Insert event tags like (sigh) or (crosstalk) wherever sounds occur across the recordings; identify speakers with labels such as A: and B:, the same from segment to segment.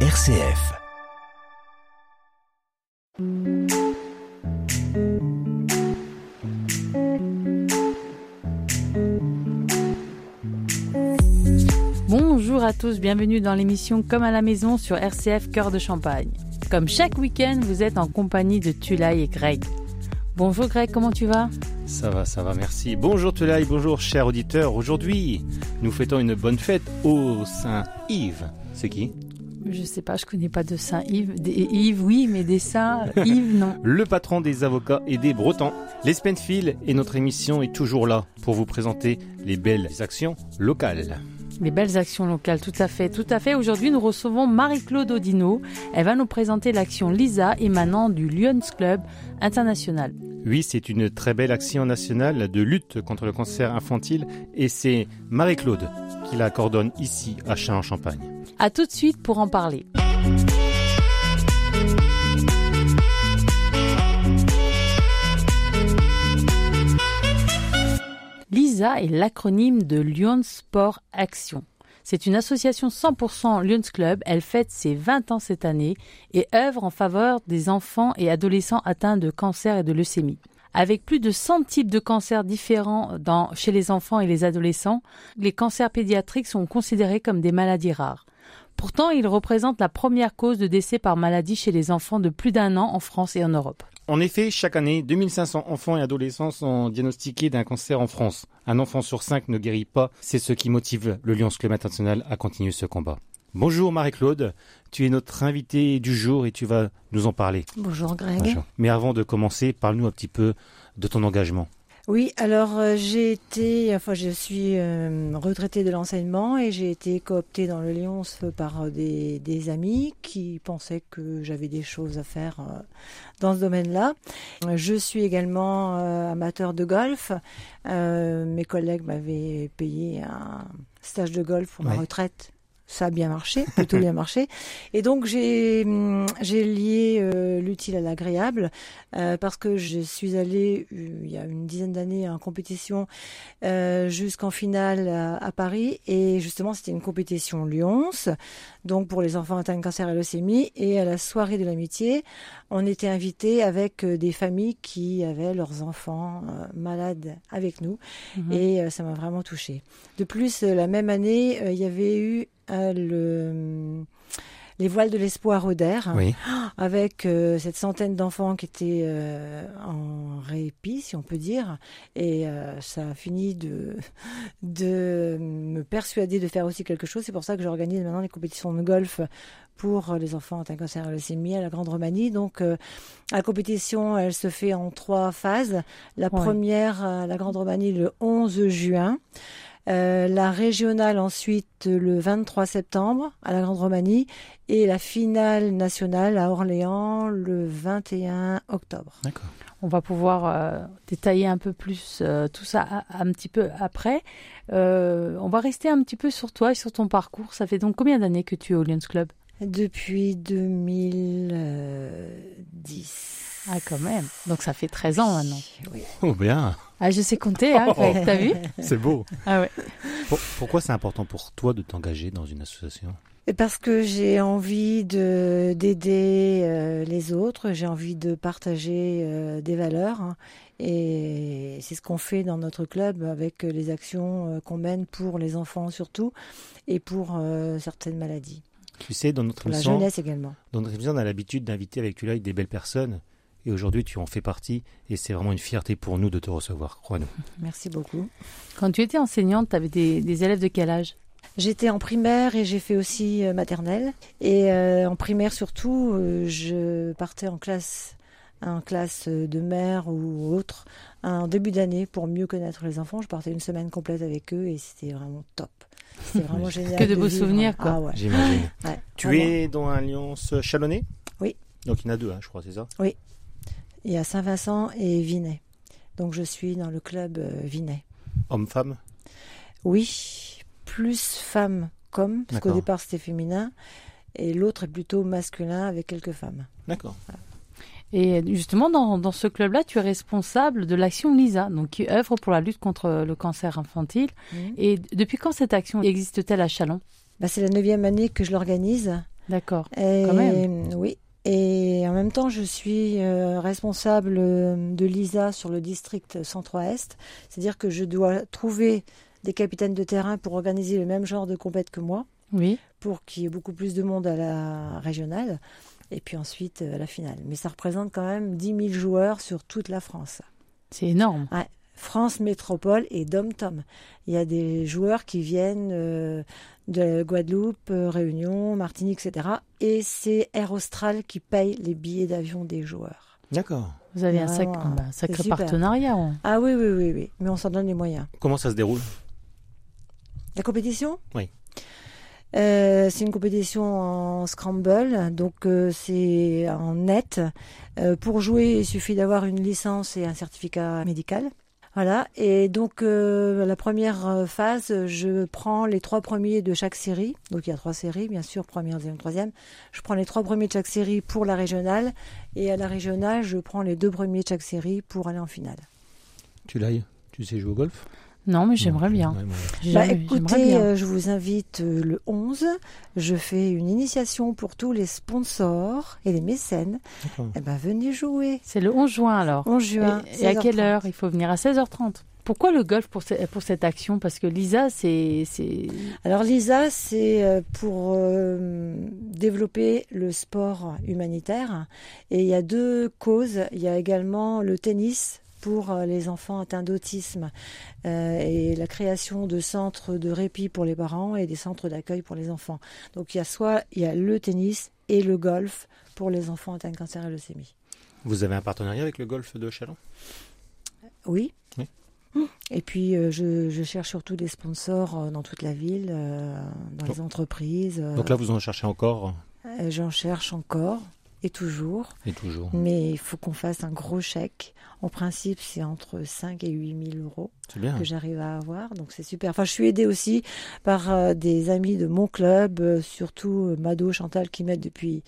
A: RCF.
B: Bonjour à tous, bienvenue dans l'émission Comme à la maison sur RCF Cœur de Champagne. Comme chaque week-end, vous êtes en compagnie de Tulay et Greg. Bonjour Greg, comment tu vas
C: Ça va, ça va, merci. Bonjour Tulaï, bonjour chers auditeurs. Aujourd'hui, nous fêtons une bonne fête au Saint-Yves. C'est qui
B: Je sais pas, je connais pas de Saint-Yves. Des- Yves, oui, mais des (laughs) Saint-Yves, non.
C: Le patron des avocats et des Bretons. Les Spenfield et notre émission est toujours là pour vous présenter les belles actions locales.
B: Les belles actions locales, tout à fait, tout à fait. Aujourd'hui, nous recevons Marie-Claude Odino. Elle va nous présenter l'action Lisa émanant du Lions Club International.
C: Oui, c'est une très belle action nationale de lutte contre le cancer infantile et c'est Marie-Claude qui la coordonne ici à Chat-en-Champagne.
B: À tout de suite pour en parler. LISA est l'acronyme de Lyon Sport Action. C'est une association 100% Lyons Club. Elle fête ses 20 ans cette année et œuvre en faveur des enfants et adolescents atteints de cancer et de leucémie. Avec plus de 100 types de cancers différents dans- chez les enfants et les adolescents, les cancers pédiatriques sont considérés comme des maladies rares. Pourtant, ils représentent la première cause de décès par maladie chez les enfants de plus d'un an en France et en Europe.
C: En effet, chaque année, 2500 enfants et adolescents sont diagnostiqués d'un cancer en France. Un enfant sur cinq ne guérit pas. C'est ce qui motive le Lions Club International à continuer ce combat. Bonjour Marie-Claude, tu es notre invitée du jour et tu vas nous en parler.
D: Bonjour Greg.
C: Mais avant de commencer, parle-nous un petit peu de ton engagement.
D: Oui, alors euh, j'ai été, enfin je suis euh, retraitée de l'enseignement et j'ai été cooptée dans le Lyons par euh, des, des amis qui pensaient que j'avais des choses à faire euh, dans ce domaine-là. Euh, Je suis également euh, amateur de golf. Euh, mes collègues m'avaient payé un stage de golf pour
C: Ouais.
D: ma retraite. Ça a bien marché, plutôt bien marché. Et donc j'ai hum, j'ai lié euh, l'utile à l'agréable. Euh, parce que je suis allée euh, il y a une dizaine d'années en compétition euh, jusqu'en finale à, à Paris et justement c'était une compétition Lyons, donc pour les enfants atteints de cancer et leucémie et à la soirée de l'amitié on était invités avec euh, des familles qui avaient leurs enfants euh, malades avec nous et euh, ça m'a vraiment touchée. De plus, euh, la même année, euh, il y avait eu euh, le- les voiles de l'espoir au DER,
C: Oui.
D: avec euh, cette centaine d'enfants qui étaient euh, en répit, si on peut dire. Et euh, ça a fini de, (laughs) de me persuader de faire aussi quelque chose. C'est pour ça que j'organise maintenant les compétitions de golf pour les enfants atteints de cancer et leucémie à la Grande Romanie. Donc, euh, la compétition, elle se fait en trois phases. La
B: Ouais.
D: première, euh, à la Grande Romanie, le 11 juin. Euh, la régionale ensuite le 23 septembre à la Grande Romanie et la finale nationale à Orléans le 21 octobre.
C: D'accord.
B: On va pouvoir euh, détailler un peu plus euh, tout ça a- un petit peu après. Euh, on va rester un petit peu sur toi et sur ton parcours. Ça fait donc combien d'années que tu es au Lions Club
D: Depuis 2010.
B: Ah quand même. Donc ça fait 13 ans maintenant.
D: Oui.
C: Oh bien,
B: Ah je sais compter, hein, Greg, t'as vu
C: c'est beau.
B: (laughs) Ah ouais.
C: Pour- pourquoi c'est important pour toi de t'engager dans une association
D: Et Parce que j'ai envie de d'aider euh, les autres, j'ai envie de partager euh, des valeurs hein. et c'est ce qu'on fait dans notre club avec euh, les actions euh, qu'on mène pour les enfants surtout et pour euh, certaines maladies,
C: Tu sais, dans notre
D: pour la
C: émission,
D: jeunesse également.
C: Dans notre émission, on a l'habitude d'inviter avec Tulay des belles personnes. Et aujourd'hui, tu en fais partie. Et c'est vraiment une fierté pour nous de te recevoir, crois-nous.
D: Merci beaucoup.
B: Quand tu étais enseignante, t'avais des, des élèves de quel âge
D: J'étais en primaire et j'ai fait aussi euh, maternelle. Et euh, en primaire surtout, euh, je partais en classe, en classe euh, de mère ou autre, en début d'année pour mieux connaître les enfants. Je partais une semaine complète avec eux et c'était vraiment top.
C: (laughs)
D: C'était vraiment génial.
B: Que de beaux
D: vivre.
B: souvenirs, quoi.
D: Ah ouais,
C: J'imagine.
D: ouais, Ah
C: tu
D: vraiment.
C: es dans un Alliance chalonnais
D: Oui.
C: Donc il y en a deux, hein, je crois, c'est ça
D: Il y a Saint-Vincent et Vinay. Donc je suis dans le club euh, Vinay.
C: Homme-femme
D: Oui, plus femme comme, parce qu'au
C: D'accord.
D: départ c'était féminin. Et l'autre est plutôt masculin avec quelques femmes.
C: D'accord.
B: Et justement, dans, dans ce club-là, tu es responsable de l'action LISA, donc qui œuvre pour la lutte contre le cancer infantile.
D: Mhm.
B: Et d- depuis quand cette action existe-t-elle à Chalon
D: Bah, c'est la neuvième année que je l'organise.
B: D'accord.
D: Et,
B: Quand même.
D: Oui. Et en même temps, je suis euh, responsable euh, de l'ISA sur le district 103 Est. C'est-à-dire que je dois trouver des capitaines de terrain pour organiser le même genre de compète que moi,
B: Oui.
D: pour qu'il y ait beaucoup plus de monde à la régionale, et puis ensuite euh, à la finale. Mais ça représente quand même 10 000 joueurs sur toute la France.
B: C'est énorme.
D: France Métropole et Dom-Tom. Il y a des joueurs qui viennent euh, de Guadeloupe, euh, Réunion, Martinique, etc. Et c'est Air Austral qui paye les billets d'avion des joueurs.
C: D'accord.
B: Vous avez un,
D: Vraiment,
B: sac-
D: hein.
B: bah, un sacré
D: C'est super.
B: partenariat. hein.
D: Ah oui, oui, oui, oui. Mais on s'en donne les moyens.
C: Comment ça se déroule
D: La compétition
C: Oui.
D: Euh, c'est une compétition en scramble, donc euh, c'est en net. Euh, pour jouer, il suffit d'avoir une licence et un certificat médical. Voilà, et donc euh, la première euh, phase, je prends les trois premiers de chaque série. Donc il y a trois séries, bien sûr, première, deuxième, troisième. Je prends les trois premiers de chaque série pour la régionale, et à la régionale, je prends les deux premiers de chaque série pour aller en finale.
C: Tu l'ailles Tu sais jouer au golf
B: Non, mais j'aimerais bien.
C: Ouais, moi,
D: Bah,
B: J'aime- j'aimerais
D: écoutez,
B: bien.
D: euh, je vous invite euh, le 11. Je fais une initiation pour tous les sponsors et les mécènes.
C: d'accord.
D: Eh ben, venez jouer.
B: C'est le 11 juin alors.
D: 11 juin.
B: Et, et à quelle
D: 16h30.
B: heure Il faut venir à 16h30. Pourquoi le golf pour, ce- pour cette action Parce que Lisa, c'est. c'est-
D: Alors, Lisa, c'est euh, pour euh, développer le sport humanitaire. Et il y a deux causes. Il y a également le tennis pour euh, les enfants atteints d'autisme euh, et la création de centres de répit pour les parents et des centres d'accueil pour les enfants. Donc, il y a soit il y a le tennis et le golf pour les enfants atteints de cancer et leucémie.
C: Vous avez un partenariat avec le golf de Chalon
D: Oui.
C: Oui.
D: Et puis, euh, je, je cherche surtout des sponsors euh, dans toute la ville, euh, dans les entreprises. euh,
C: Donc là, vous en cherchez encore
D: Euh, J'en cherche encore et toujours,
C: et toujours.
B: Mm.
D: mais il faut qu'on fasse un gros chèque. En principe, c'est entre 5 et 8 000 euros
C: C'est bien.
B: Ah.
D: que j'arrive à avoir, donc c'est super. Enfin, je suis aidée aussi par euh, des amis de mon club, euh, surtout euh, Mado, Chantal, qui m'aident depuis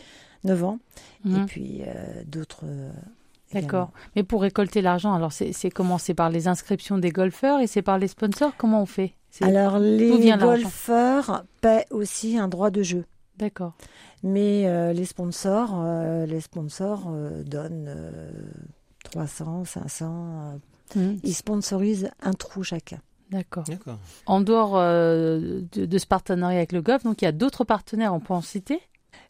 D: 9 ans, et
B: Mhm.
D: puis euh, d'autres. euh,
B: D'accord. Mais pour récolter l'argent, alors c'est c'est comment C'est par les inscriptions des golfeurs et c'est par les sponsors Comment on fait C'est-
D: également. Alors, les
B: vient l'argent
D: golfeurs paient aussi un droit de jeu.
B: D'accord.
D: Mais euh, les sponsors, euh, les sponsors euh, donnent euh, 300, 500, euh,
B: Mhm.
D: Ils sponsorisent un trou chacun.
B: D'accord.
C: D'accord.
B: En dehors euh, de, de ce partenariat avec le golf, donc il y a d'autres partenaires, on peut en citer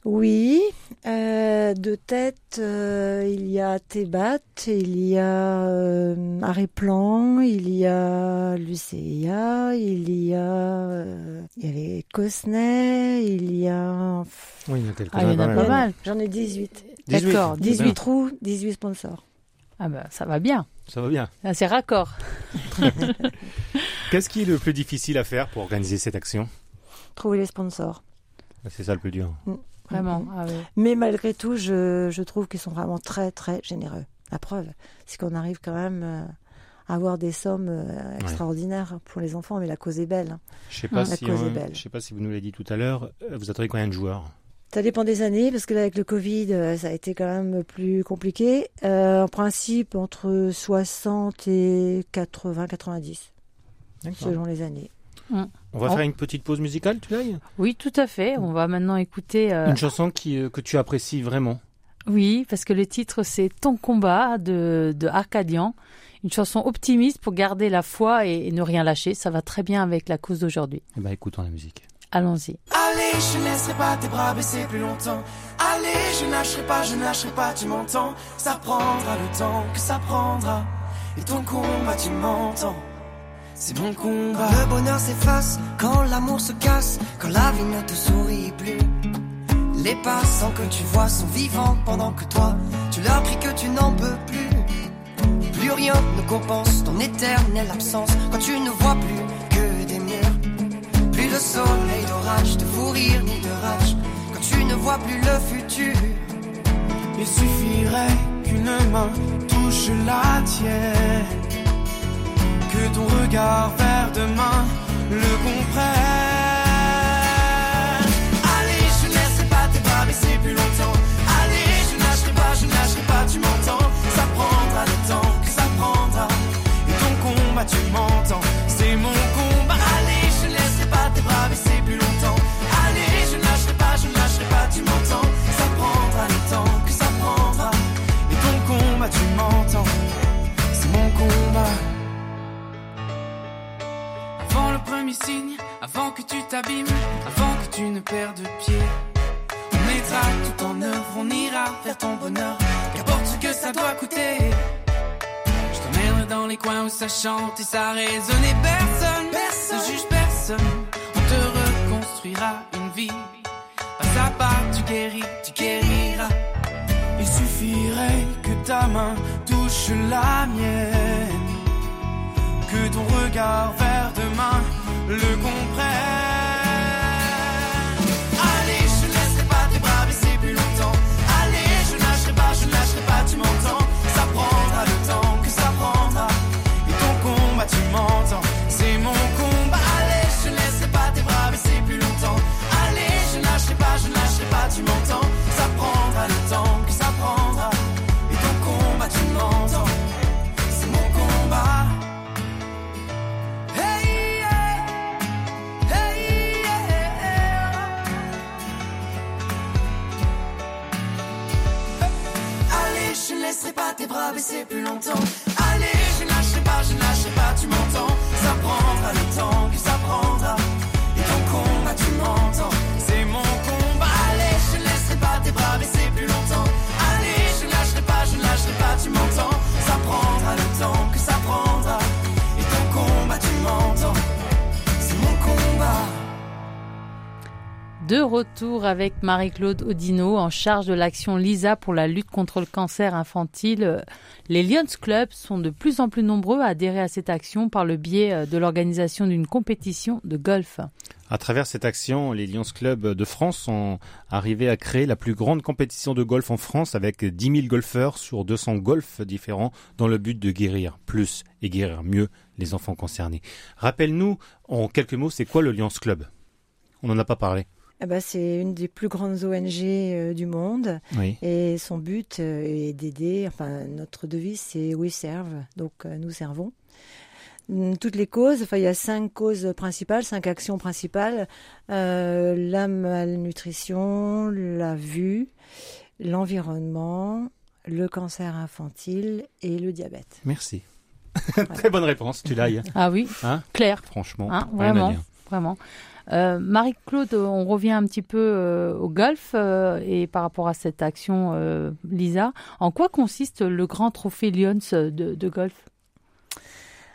D: Oui, euh, de tête, euh, il y a Thébat, il y a euh, Aréplan, il y a Lucéa, il y a euh, il y avait Cosnay, il y a
C: Oui, il y en a quelques-uns.
B: Ah, il y en a
C: quand
B: pas
C: même.
B: mal.
D: J'en ai 18.
C: 18.
B: D'accord,
C: C'est
D: 18
C: bien.
D: trous, 18 sponsors.
B: Ah ben ça va bien,
C: Ça va bien.
B: Ah, c'est raccord.
C: Qu'est-ce qui est le plus difficile à faire pour organiser cette action
D: Trouver les sponsors.
C: C'est ça le plus dur.
B: Vraiment. Ah ouais.
D: Mais malgré tout, je, je trouve qu'ils sont vraiment très, très généreux. La preuve, c'est qu'on arrive quand même euh, à avoir des sommes euh, extraordinaires pour les enfants, mais la cause est belle. hein.
C: Je sais pas
D: La
C: si
D: cause
C: on-
D: est belle.
C: je sais pas si vous nous l'avez dit tout à l'heure. euh, Vous attendez combien de joueurs
D: Ça dépend des années, parce que là, avec le Covid, euh, ça a été quand même plus compliqué. Euh, en principe, entre 60 et 80, 90,
C: Ah.
D: selon les années.
C: On va
D: Oh.
B: On-
C: faire une petite pause musicale, tu l'ailles
B: Oui, tout à fait. On va maintenant écouter. euh,
C: Une chanson qui, euh, que tu apprécies vraiment.
B: Oui, parce que le titre c'est Ton combat de, de Arcadian, une chanson optimiste pour garder la foi et, et ne rien lâcher. Ça va très bien avec la cause d'aujourd'hui.
C: Eh ben, écoutons la musique.
B: Allons-y.
A: Allez, je ne laisserai pas tes bras baisser plus longtemps. Allez, je ne lâcherai pas, je ne lâcherai pas, tu m'entends. Ça prendra le temps que ça prendra. Et ton combat, tu m'entends. C'est mon combat.
E: Quand le bonheur s'efface, quand l'amour se casse, quand la vie ne te sourit plus. Les passants que tu vois sont vivants pendant que toi, tu leur pris que tu n'en peux plus. Plus rien ne compense ton éternelle absence quand tu ne vois plus que des murs. Plus de soleil d'orage, de fou rire ni de rage, quand tu ne vois plus le futur.
A: Il suffirait qu'une main touche la tienne. Que ton regard vers demain le comprenne. Allez, je ne laisserai pas tes bras baisser plus longtemps. Allez, je ne lâcherai pas, je ne lâcherai pas, tu m'entends. Ça prendra le temps que ça prendra. Et ton combat, tu m'entends. C'est mon combat. Allez, je ne laisserai pas tes bras baisser plus longtemps. Allez, je ne lâcherai pas, je ne lâcherai pas, tu m'entends. une paire de pieds. On mettra tout en œuvre, on ira vers ton bonheur. Qu'importe ce que ça doit coûter. Je t'emmènerai dans les coins où ça chante et ça résonne. Et personne, personne, ne juge personne. On te reconstruira une vie. Pas à pas, tu guéris, tu guériras. Il suffirait que ta main touche la mienne. Que ton regard vers demain le comprenne. Allez, je laisserai pas tes bras baisser plus longtemps. Allez, je lâcherai pas, je lâcherai pas, tu m'entends. Ça prendra le temps que ça prendra. Et ton combat, tu m'entends. C'est mon combat. Allez, je laisserai pas tes bras baisser plus longtemps. Allez, je lâcherai pas, je lâcherai pas, tu m'entends. Ça prendra le temps que ça prendra. Et ton combat, tu m'entends. C'est mon combat. Hey, yeah. Hey, Allez, je ne laisserai pas tes bras baisser plus longtemps. Allez, je ne lâcherai pas, je ne lâcherai pas, tu m'entends. Ça prendra le temps que ça prendra. Et ton combat, tu m'entends. C'est mon combat. Allez, je ne laisserai pas tes bras baisser plus longtemps. Allez, je ne lâcherai pas, je ne lâcherai pas, tu m'entends. Ça prendra le temps que ça prendra. Et ton combat, tu m'entends. C'est mon combat.
B: De retour avec Marie-Claude Odino en charge de l'action LISA pour la lutte contre le cancer infantile. Euh, Les Lions Club sont de plus en plus nombreux à adhérer à cette action par le biais euh, de l'organisation d'une compétition de golf.
C: À travers cette action, les Lions Club de France sont arrivés à créer la plus grande compétition de golf en France avec 10 000 golfeurs sur 200 golfs différents dans le but de guérir plus et guérir mieux les enfants concernés. Rappelle-nous en quelques mots, c'est quoi le Lions Club On n'en a pas parlé.
D: Eh ben, c'est une des plus grandes ONG euh, du monde.
C: Oui.
D: Et son but euh, est d'aider, enfin notre devise c'est We Serve, donc euh, nous servons. Mm, Toutes les causes, enfin il y a cinq causes principales, cinq actions principales, euh, la malnutrition, la vue, l'environnement, le cancer infantile et le diabète.
C: Merci. (laughs) Très bonne réponse, tu l'as,
B: Ah oui,
C: Hein
B: Claire,
C: franchement.
B: hein,
C: rien à
B: vraiment,
C: dire.
B: vraiment. Euh, Marie-Claude, euh, on revient un petit peu euh, au golf euh, et par rapport à cette action, euh, Lisa. En quoi consiste le grand trophée Lions euh, de, de golf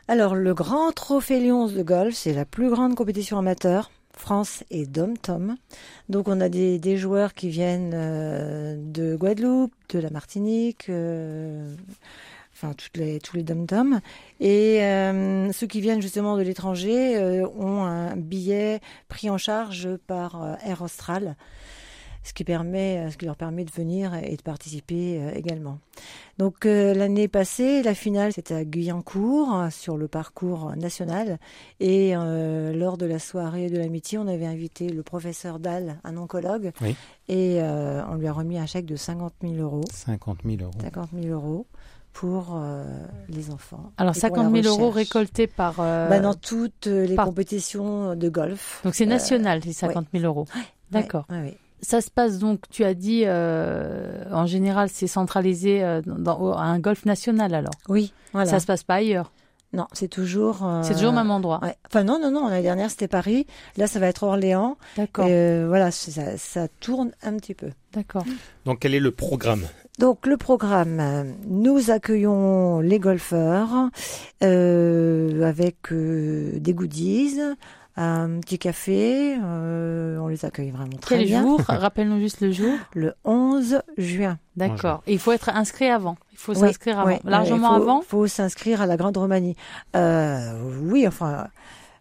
D: Alors le grand trophée Lyons de golf, c'est la plus grande compétition amateur. France et Dom Tom. Donc on a des, des joueurs qui viennent euh, de Guadeloupe, de la Martinique, euh, enfin toutes les, tous les Dom Tom. Et euh, ceux qui viennent justement de l'étranger euh, ont un billet pris en charge par euh, Air Austral, ce qui, permet, euh, ce qui leur permet de venir et de participer euh, également. Donc euh, l'année passée, la finale c'était à Guyancourt euh, sur le parcours national et euh, lors de la soirée de l'amitié, on avait invité le professeur Dahl, un oncologue,
C: Oui.
D: et euh, on lui a remis un chèque de 50 000 euros,
C: 50 000 euros.
D: 50 000 euros pour euh, les enfants.
B: Alors
D: et pour la
B: 50 000 euros
D: recherche.
B: récoltés par... euh,
D: Bah, dans toutes les
B: par-
D: compétitions de golf.
B: donc c'est
D: Euh,
B: national, les 50 000 euros. D'accord.
D: Ouais, ouais, ouais.
B: Ça se passe donc, tu as dit, euh, en général, c'est centralisé euh, dans, dans- au- à un golf national alors.
D: Oui, voilà.
B: Ça se passe pas ailleurs.
D: Non, c'est toujours. euh,
B: C'est toujours au même endroit.
D: ouais. Enfin non, non, non. L'année dernière c'était Paris. Là, ça va être Orléans.
B: D'accord,
D: Et, euh, voilà, c'est- ça, ça tourne un petit peu.
B: d'accord.
C: Donc quel est le programme
D: Donc le programme, euh, nous accueillons les golfeurs euh, avec euh, des goodies, un petit café. euh, on les accueille vraiment très
B: Quel
D: bien.
B: jour (laughs) Rappelle-nous juste le jour.
D: le 11 juin.
B: D'accord. Et Il faut être inscrit avant. Il faut
D: Oui,
B: s'inscrire avant.
D: Ouais,
B: Largement
D: ouais, faut-
B: avant.
D: faut s'inscrire à la Grande Romanie. Euh, oui, enfin,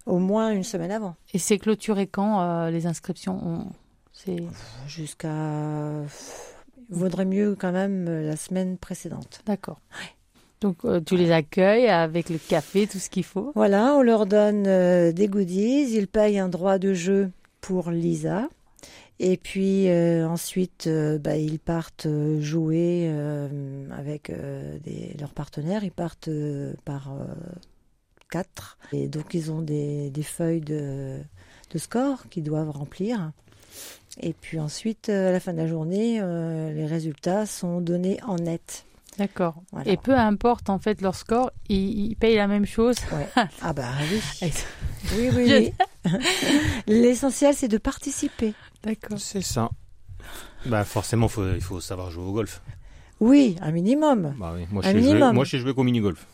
D: au moins une semaine avant.
B: Et c'est clôturé quand euh, les inscriptions on- C'est
D: Jusqu'à. Vaudrait mieux quand même euh, la semaine précédente.
B: d'accord. Donc euh, tu les accueilles avec le café, tout ce qu'il faut.
D: Voilà, on leur donne euh, des goodies, ils payent un droit de jeu pour Lisa. Et puis euh, ensuite, euh, bah, ils partent euh, jouer euh, avec euh, des- leurs partenaires. Ils partent euh, par euh, quatre. Et donc, ils ont des, des feuilles de, de score qu'ils doivent remplir. Et puis ensuite, euh, à la fin de la journée, euh, les résultats sont donnés en net.
B: D'accord.
D: Voilà.
B: Et peu importe en (laughs) fait leur score, ils, ils payent la même chose.
D: Ah bah oui.
B: Et-
D: Oui, oui,
B: Je- (laughs)
D: oui. L'essentiel, c'est de participer.
B: D'accord.
C: C'est ça. Bah forcément, faut- il faut savoir jouer au golf.
D: Oui, un minimum.
C: Bah oui, moi,
D: Un
C: je sais jouer-
D: minimum.
C: moi, je sais jouer qu'au mini-golf.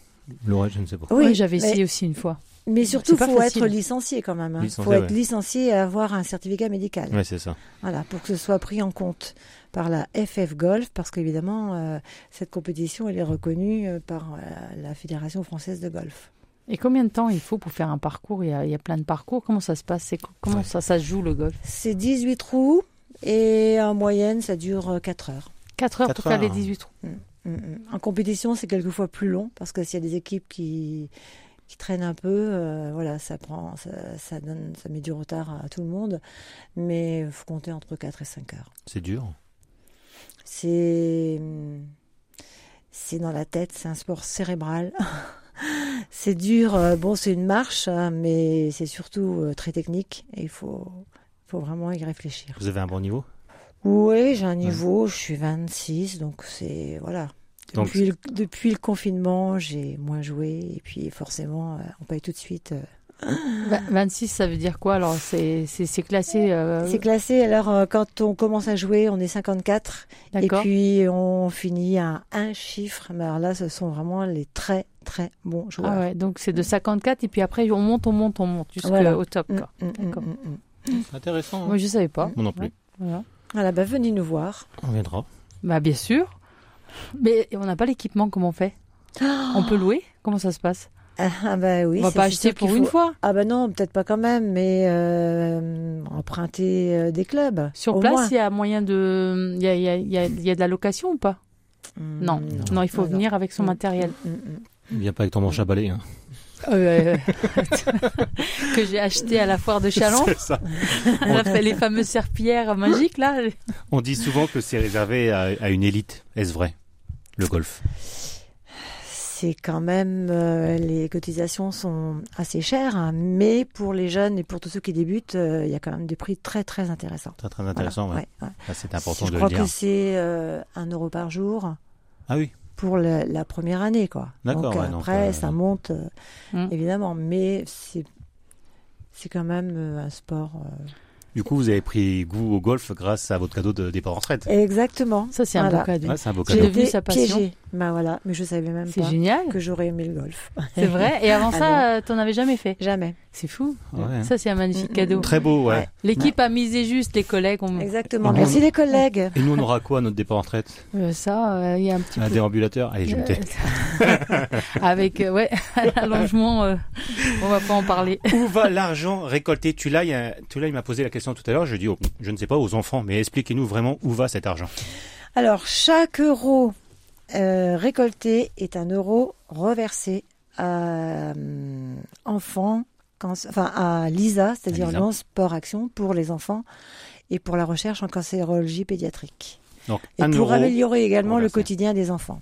C: Laura, je ne sais pas.
B: Oui, j'avais
D: mais-
B: essayé aussi une fois.
D: Mais surtout,
B: pas
D: faut
B: facile.
D: être licencié quand même. Il
C: Licencié,
D: faut être
C: ouais.
D: licencié et avoir un certificat médical.
C: Ouais, c'est ça.
D: Voilà, pour que ce soit pris en compte par la FF Golf, parce qu'évidemment, euh, cette compétition, elle est reconnue euh, par euh, la Fédération française de golf.
B: Et combien de temps il faut pour faire un parcours il y, a, il y a plein de parcours. Comment ça se passe C'est co- Comment
C: Ouais.
B: ça, ça se joue le golf
D: C'est 18 trous et en moyenne, ça dure euh, 4 heures.
B: 4 heures pour
C: Quatre
B: faire les
C: heures.
B: 18 trous.
D: Mm, mm. En compétition, c'est quelquefois plus long, parce que s'il y a des équipes qui, qui traînent un peu, euh, voilà, ça, prend, ça, ça donne, ça met du retard à tout le monde, mais il faut compter entre 4 et 5 heures.
C: C'est dur.
D: C'est c'est dans la tête, c'est un sport cérébral. (laughs) c'est dur, euh, bon, c'est une marche, hein, mais c'est surtout euh, très technique et il faut faut vraiment y réfléchir.
C: Vous avez un bon niveau
D: Oui, j'ai un niveau, je suis 26, donc c'est voilà.
C: Donc-
D: Depuis, le, depuis le confinement, j'ai moins joué et puis forcément, euh, on paye tout de suite. euh.
B: Va- 26, ça veut dire quoi Alors, c'est c'est- c'est classé. euh,
D: C'est classé. Alors euh, quand on commence à jouer, on est 54 Et
B: D'accord.
D: puis on finit à un chiffre. Mais alors là, ce sont vraiment les très très bons joueurs.
B: Ah ouais, donc c'est de 54 et puis après on monte, on monte, on monte jusqu'au
D: Mm. Voilà.
B: au top. Quoi.
D: Mm, mm, mm,
B: D'accord.
D: mm, mm.
C: Intéressant. hein.
B: Moi je savais pas.
C: Moi non plus.
B: Voilà.
D: Voilà, bah venez nous voir. (laughs)
C: On viendra.
B: Bah bien sûr. Mais on n'a pas l'équipement, comment on fait On peut louer Comment ça se passe
D: Ah bah oui.
B: On va
D: c'est-
B: pas
D: c'est
B: acheter
D: sûr qu'il
B: pour une
D: faut-
B: fois
D: Ah bah non, peut-être pas quand même, mais euh, emprunter euh, des clubs.
B: Sur
D: au moins.
B: place, il y a moyen de, il y a, il y a- il y a- il y a de la location ou pas
D: Mm,
B: non. non, il faut
D: non, non.
B: venir avec son
D: Mm, (laughs)
B: matériel
D: mm, mm.
C: Viens pas avec ton manche à balai. hein.
B: Euh, (laughs) que j'ai acheté à la foire
D: (laughs)
B: de Chalon.
C: (laughs) C'est ça.
B: On a fait (laughs) les fameuses serpillères magiques là.
C: On dit souvent que c'est réservé à, à une élite. Est-ce vrai Le golf.
D: C'est quand même euh, les cotisations sont assez chères, hein, mais pour les jeunes et pour tous ceux qui débutent, euh, il y a quand même des prix très très intéressants.
C: Très, très
D: Voilà,
C: intéressant. ouais.
D: ouais, ouais.
C: Ah, C'est important
D: je
C: de le
D: crois
C: dire.
D: que c'est euh, un euro par jour
C: Ah oui.
D: pour la, la première année, quoi.
C: D'accord,
D: Donc,
C: ouais, donc,
D: après,
C: euh,
D: ça monte euh,
B: Mm.
D: évidemment, mais c'est c'est quand même euh, un sport. euh.
C: Du coup, vous avez pris goût au golf grâce à votre cadeau de départ en
D: euh,
C: retraite.
D: Exactement.
B: Ça c'est un
D: Voilà.
B: beau cadeau.
C: Ah, c'est un beau
D: J'ai
C: cadeau.
B: devenu
D: été
B: sa passion.
D: piégée. Bah voilà, mais je savais même
B: C'est
D: pas
B: génial. Mmh.
D: que j'aurais aimé le golf.
B: C'est vrai. Et
D: (laughs)
B: avant
D: Ah
B: ça, euh, t'en avais jamais fait.
D: Jamais.
B: C'est fou.
C: Ouais.
B: Ça, c'est un magnifique
D: Mm, mm,
B: cadeau.
C: Très beau, ouais.
D: Ouais.
B: L'équipe a misé juste les collègues. ont-
D: Exactement.
C: Et
D: Merci les collègues.
C: Et nous, on aura quoi à notre départ en retraite
B: Euh, ça, euh, il y a un petit
C: Un
B: peu.
C: déambulateur Allez, je me tais.
B: (laughs) Avec euh, ouais, l'allongement, euh, on va pas en parler.
C: Où va l'argent récolté Tu l'as, il y a- tu l'as, il m'a posé la question tout à l'heure. Je dis, oh, je ne sais pas aux enfants, mais expliquez-nous vraiment où va cet argent.
D: Alors chaque euro euh, récolté est un euro reversé à euh, enfants, can- enfin à l'ISA, c'est-à-dire
C: À l'ISA.
D: Lyon Sport Action pour les enfants et pour la recherche en cancérologie pédiatrique.
C: Donc
D: Et
C: un
D: pour
C: euro.
D: améliorer également le
C: reversé.
D: quotidien des enfants.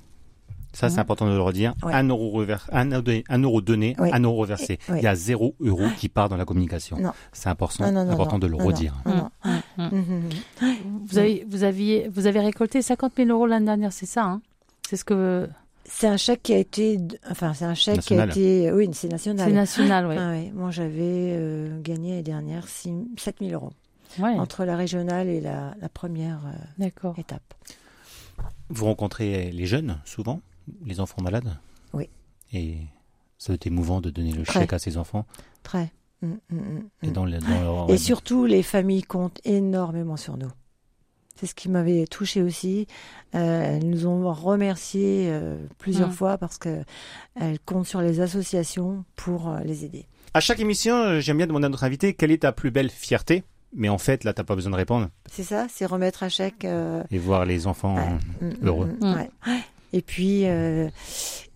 C: Ça, c'est important de le redire.
D: Ouais.
C: Un, euro revers- un, euro donné- un euro donné,
D: Oui.
C: un euro reversé.
D: Et- oui.
C: Il y a zéro euro qui part dans la communication.
D: Non.
C: C'est important,
D: Non, non, non,
C: important
D: non,
C: de le
D: non,
C: redire.
D: non, non.
B: Mm, mm,
D: Mhm.
B: Vous avez, vous aviez, vous avez récolté 50 000 euros l'année dernière, c'est ça hein C'est ce que
D: C'est un chèque qui a été, enfin c'est un chèque
C: National.
D: qui a été, oui, c'est
B: c'est
D: national.
B: national, ouais.
D: Ah ouais, moi j'avais euh, gagné l'année dernière 7 000 euros
B: Ouais,
D: entre la régionale et la, la première euh,
B: D'accord.
D: étape.
C: Vous rencontrez les jeunes, souvent, les enfants malades
D: Oui.
C: Et ça doit être émouvant de donner le
D: Très.
C: chèque à ces enfants.
D: Très. Mm, mm, mm,
C: Et,
D: mm.
C: dans le- dans leur-
D: Et surtout, les familles comptent énormément sur nous. C'est ce qui m'avait touchée aussi. Euh, elles nous ont remercié plusieurs
B: Mm.
D: fois parce que elles comptent sur les associations pour euh, les aider.
C: À chaque émission, euh, j'aime bien demander à notre invité quelle est ta plus belle fierté. Mais en fait, là, t'as pas besoin de répondre.
D: C'est ça, c'est remettre à chèque. euh,
C: Et voir les enfants.
D: Ouais. mm,
C: Heureux.
D: mm, ouais. Et puis, euh,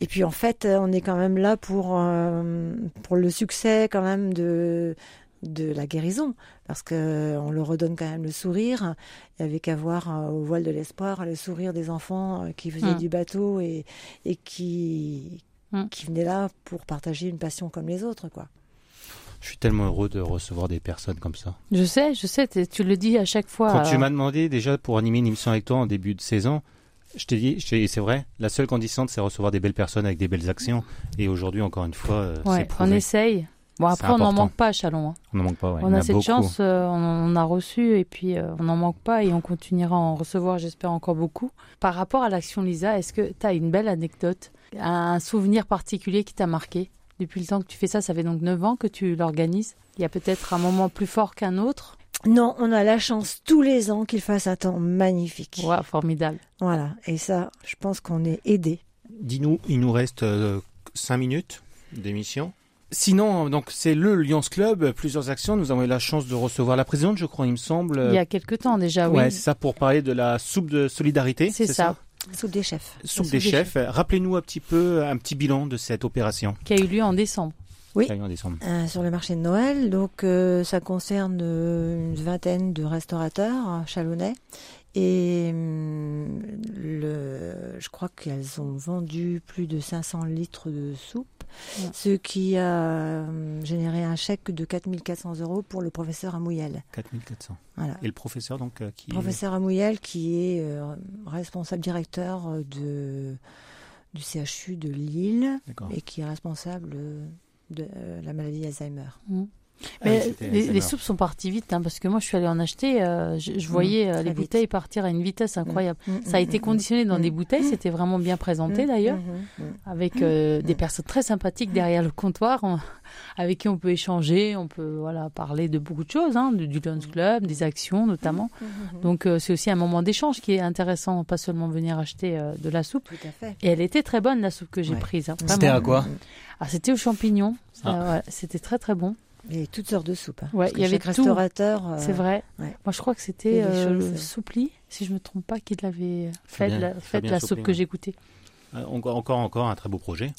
D: et puis en fait, euh, on est quand même là pour euh, pour le succès quand même de de la guérison, parce que on leur redonne quand même le sourire. Il y avait qu'à voir euh, au voile de l'espoir le sourire des enfants euh, qui faisaient
B: Mm.
D: du bateau et et qui
B: Mm.
D: qui venaient là pour partager une passion comme les autres, quoi.
C: Je suis tellement heureux de recevoir des personnes comme ça.
B: Je sais, je sais. t'es- Tu le dis à chaque fois. euh,
C: Quand tu
B: alors.
C: m'as demandé déjà pour animer une émission avec toi en début de saison, je t'ai dit, je t'ai- c'est vrai, la seule condition c'est recevoir des belles personnes avec des belles actions. Et aujourd'hui, encore une fois, euh,
B: Ouais,
C: c'est
B: on
C: prouvé.
B: essaye. Bon,
C: C'est
B: après, on n'en
C: important.
B: manque pas à Chalon. hein.
C: On n'en manque pas, ouais.
B: on
C: Il y
B: a,
C: en
B: cette
C: beaucoup.
B: chance, euh, on, on a reçu et puis euh, on n'en manque pas et on continuera à en recevoir, j'espère, encore beaucoup. Par rapport à l'action Lisa, est-ce que tu as une belle anecdote, un souvenir particulier qui t'a marqué depuis le temps que tu fais ça Ça fait donc 9 ans que tu l'organises. Il y a peut-être un moment plus fort qu'un autre.
D: Non, on a la chance tous les ans qu'il fasse un temps magnifique.
B: Waouh, formidable.
D: Voilà, et ça, je pense qu'on est aidé.
C: Dis-nous, il nous reste 5 minutes d'émission. Sinon, donc c'est le Lions Club, plusieurs actions. Nous avons eu la chance de recevoir la présidente, je crois, il me semble.
B: Il y a quelques temps déjà,
D: Ah
B: oui.
C: Euh, Ouais, c'est ça pour parler de la soupe de solidarité.
B: C'est ça.
D: Sous des chefs.
C: Soupe des chefs. Rappelez-nous un petit peu un petit bilan de cette opération.
B: Qui a eu lieu en décembre.
D: Oui.
C: Ça a eu en décembre.
D: Euh, sur le marché de Noël. Donc, euh, ça concerne euh, une vingtaine de restaurateurs hein, chalonnais. Et hum, le, je crois qu'elles ont vendu plus de 500 litres de soupe,
B: Ouais.
D: ce qui a hum, généré un chèque de 4400 euros pour le professeur Amouyel.
C: 4400.
D: Voilà.
C: Et le professeur, donc, euh, qui.
D: Professeur Amouyel, qui est euh, responsable directeur euh, de, du CHU de Lille
C: D'accord.
D: et qui est responsable euh, de euh, la maladie Alzheimer.
C: Ah oui,
B: Mais
C: c'était
B: les,
C: Alzheimer.
B: les soupes sont parties vite, hein, parce que moi je suis allée en acheter, euh, je, je
D: Mmh,
B: voyais euh,
D: très
B: les
D: vite.
B: bouteilles partir à une vitesse incroyable.
D: Mm,
B: Ça a
D: mm,
B: été
D: mm,
B: conditionné dans
D: mm.
B: des bouteilles, c'était vraiment bien présenté
D: Mm,
B: d'ailleurs,
D: mm, mm.
B: avec euh, des personnes très sympathiques derrière le comptoir, on- avec qui on peut échanger, on peut voilà parler de beaucoup de choses, hein, du, du Lions
D: Mm.
B: Club, des actions notamment. Donc euh, c'est aussi un moment d'échange qui est intéressant, pas seulement venir acheter euh, de la soupe.
D: Tout à fait.
B: Et elle était très bonne la soupe que j'ai
D: Ouais. Ah.
B: prise. hein,
F: C'était
B: vraiment.
F: à quoi
D: Mm,
B: Ah, c'était aux champignons, Ça, ouais, c'était très très bon.
D: Et toutes sortes de soupes. hein,
B: Ouais,
D: parce
B: il
D: que
B: y avait
D: chaque
B: tout.
D: restaurateur. euh,
B: C'est vrai.
D: ouais.
B: Moi, je crois que
D: Il y
B: c'était
D: a des
B: euh,
D: choses,
B: le
D: euh.
B: Soupli, si je me trompe pas, qui l'avait fait,
C: Fabien-
B: la, fait
C: Fabien
B: la
C: Soupli,
B: soupe que
C: ouais.
B: j'ai goûtée.
C: Euh, encore, encore, encore un très beau projet.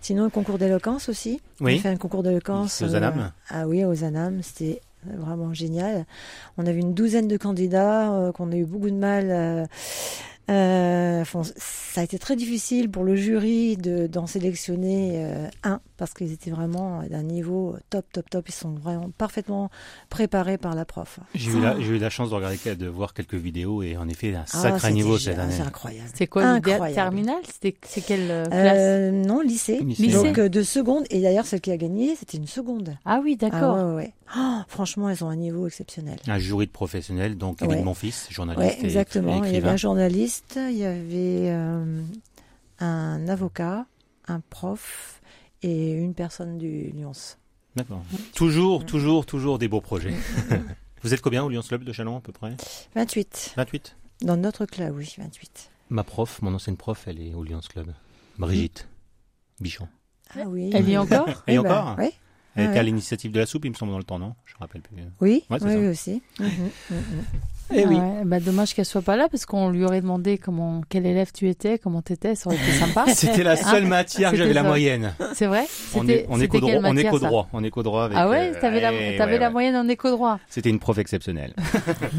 D: Sinon, le concours d'éloquence aussi. On a
C: Oui.
D: fait un concours d'éloquence.
C: C'est aux Anam.
D: Ah oui, aux Anam. C'était vraiment génial. On avait une douzaine de candidats euh, qu'on a eu beaucoup de mal. euh, euh, enfin, ça a été très difficile pour le jury de- d'en sélectionner euh, un parce qu'ils étaient vraiment d'un niveau top, top, top. Ils sont vraiment parfaitement préparés par la prof.
C: J'ai eu, la- j'ai eu la chance de regarder, de voir quelques vidéos et en effet, un
D: Ah,
C: sacré
D: c'était
C: niveau
D: gé-
C: cette année.
D: C'est incroyable.
B: C'est quoi l'idée
D: Incroyable.
B: terminale C'était c'est quelle euh, classe
D: Euh, non, lycée.
C: Lycée.
D: Donc
B: Lycée.
D: euh, de seconde. Et d'ailleurs, celle qui a gagné, c'était une seconde.
B: Ah oui, d'accord.
D: Ah ouais, ouais, ouais. Oh, franchement, elles ont un niveau exceptionnel.
C: Un jury de professionnels, donc
D: Ouais.
C: Émile Monfils, journaliste
D: Ouais,
C: et-
D: exactement.
C: et
D: Il y avait
C: écrivain.
D: un journaliste, il y avait euh, un avocat, un prof et une personne du Lyons.
C: D'accord. Toujours, toujours, toujours des beaux
D: (laughs)
C: projets. Vous êtes combien au Lions Club de Chalon à peu près
D: 28.
C: 28
D: Dans notre club, oui, 28.
C: Ma prof, mon ancienne prof, elle est au Lions Club. Brigitte Bichon.
D: Ah oui.
B: Elle y est
D: (laughs)
B: encore
C: Et
D: Eh ben,
C: encore
D: Oui,
C: Elle
D: Ah
C: était à
D: ouais.
C: l'initiative de la soupe, il me semble, dans le temps, non Je me rappelle plus.
D: oui,
C: Ouais, c'est
D: oui,
C: ça.
D: oui, aussi. Mhm, mhm.
C: Eh
B: Ah
C: oui.
B: ouais, bah, dommage qu'elle soit pas là parce qu'on lui aurait demandé comment quel élève tu étais, comment t'étais, ça aurait été
D: (laughs)
B: sympa.
C: Ah. C'était la seule matière que
B: Ah. c'était
C: j'avais la
B: ça.
C: moyenne.
B: c'est vrai
C: On
B: C'était-
C: est, on est
B: c'était
C: qu'au
B: quelle
C: droit, on est
B: matière,
C: qu'au
B: ça
C: droit, on est qu'au droit avec.
B: Ah ouais,
C: euh,
B: t'avais la,
C: ouais,
B: t'avais la
C: ouais.
B: moyenne en éco droit.
C: C'était une prof exceptionnelle. (laughs)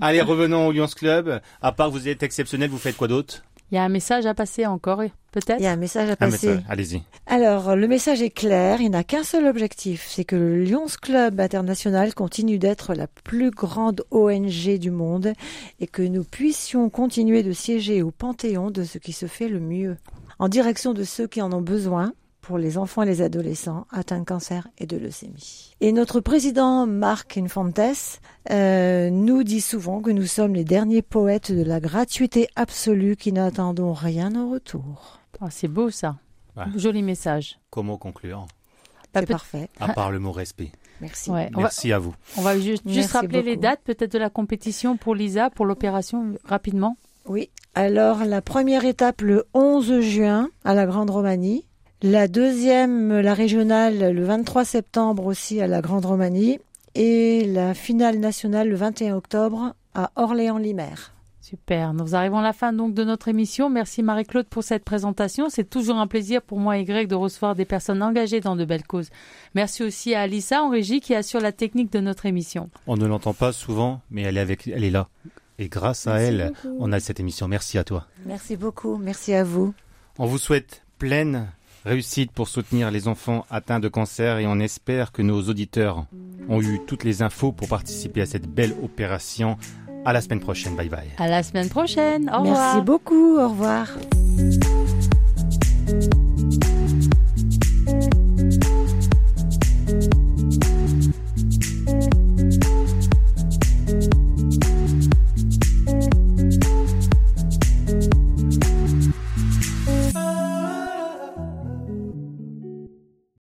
C: Allez, revenons au Lions Club. À part que vous êtes exceptionnel, vous faites quoi d'autre
B: Il y a un message à passer encore, peut-être.
D: Il y a un message à
C: Ah, mais
D: passer.
C: ça, Allez-y.
D: Alors, le message est clair, il n'a qu'un seul objectif, c'est que le Lions Club International continue d'être la plus grande ONG du monde et que nous puissions continuer de siéger au panthéon de ce qui se fait le mieux, en direction de ceux qui en ont besoin pour les enfants et les adolescents atteints de cancer et de leucémie. Et notre président Marc Infantes euh, nous dit souvent que nous sommes les derniers poètes de la gratuité absolue qui n'attendons rien en retour.
B: Ah, c'est beau ça.
C: Ouais.
B: Joli message.
C: Comment conclure
B: Bah,
D: C'est
B: peut-
D: parfait.
C: À part le mot respect.
D: Merci.
B: Ouais, Ah. Eh, on va-
C: Merci à vous.
B: On va juste, juste
D: Merci
B: rappeler les
D: beaucoup.
B: dates peut-être de la compétition pour Lisa, pour l'opération rapidement.
D: Oui. Alors, la première étape le 11 juin à la Grande Romanie. La deuxième, la régionale, le 23 septembre aussi à la Grande Romanie. Et la finale nationale le 21 octobre à Orléans-Limer.
B: Super. Nous arrivons à la fin donc de notre émission. Merci Marie-Claude pour cette présentation. C'est toujours un plaisir pour moi et Greg de recevoir des personnes engagées dans de belles causes. Merci aussi à Alissa en régie qui assure la technique de notre émission.
C: On ne l'entend pas souvent, mais elle est, avec, elle est là. Et grâce à elle, on a cette émission. Merci à toi.
D: Merci beaucoup. Merci à vous.
C: On vous souhaite pleine réussite pour soutenir les enfants atteints de cancer et on espère que nos auditeurs ont eu toutes les infos pour participer à cette belle opération. À la semaine prochaine. Bye bye.
B: À la semaine prochaine. Au revoir.
D: Merci beaucoup. Au revoir.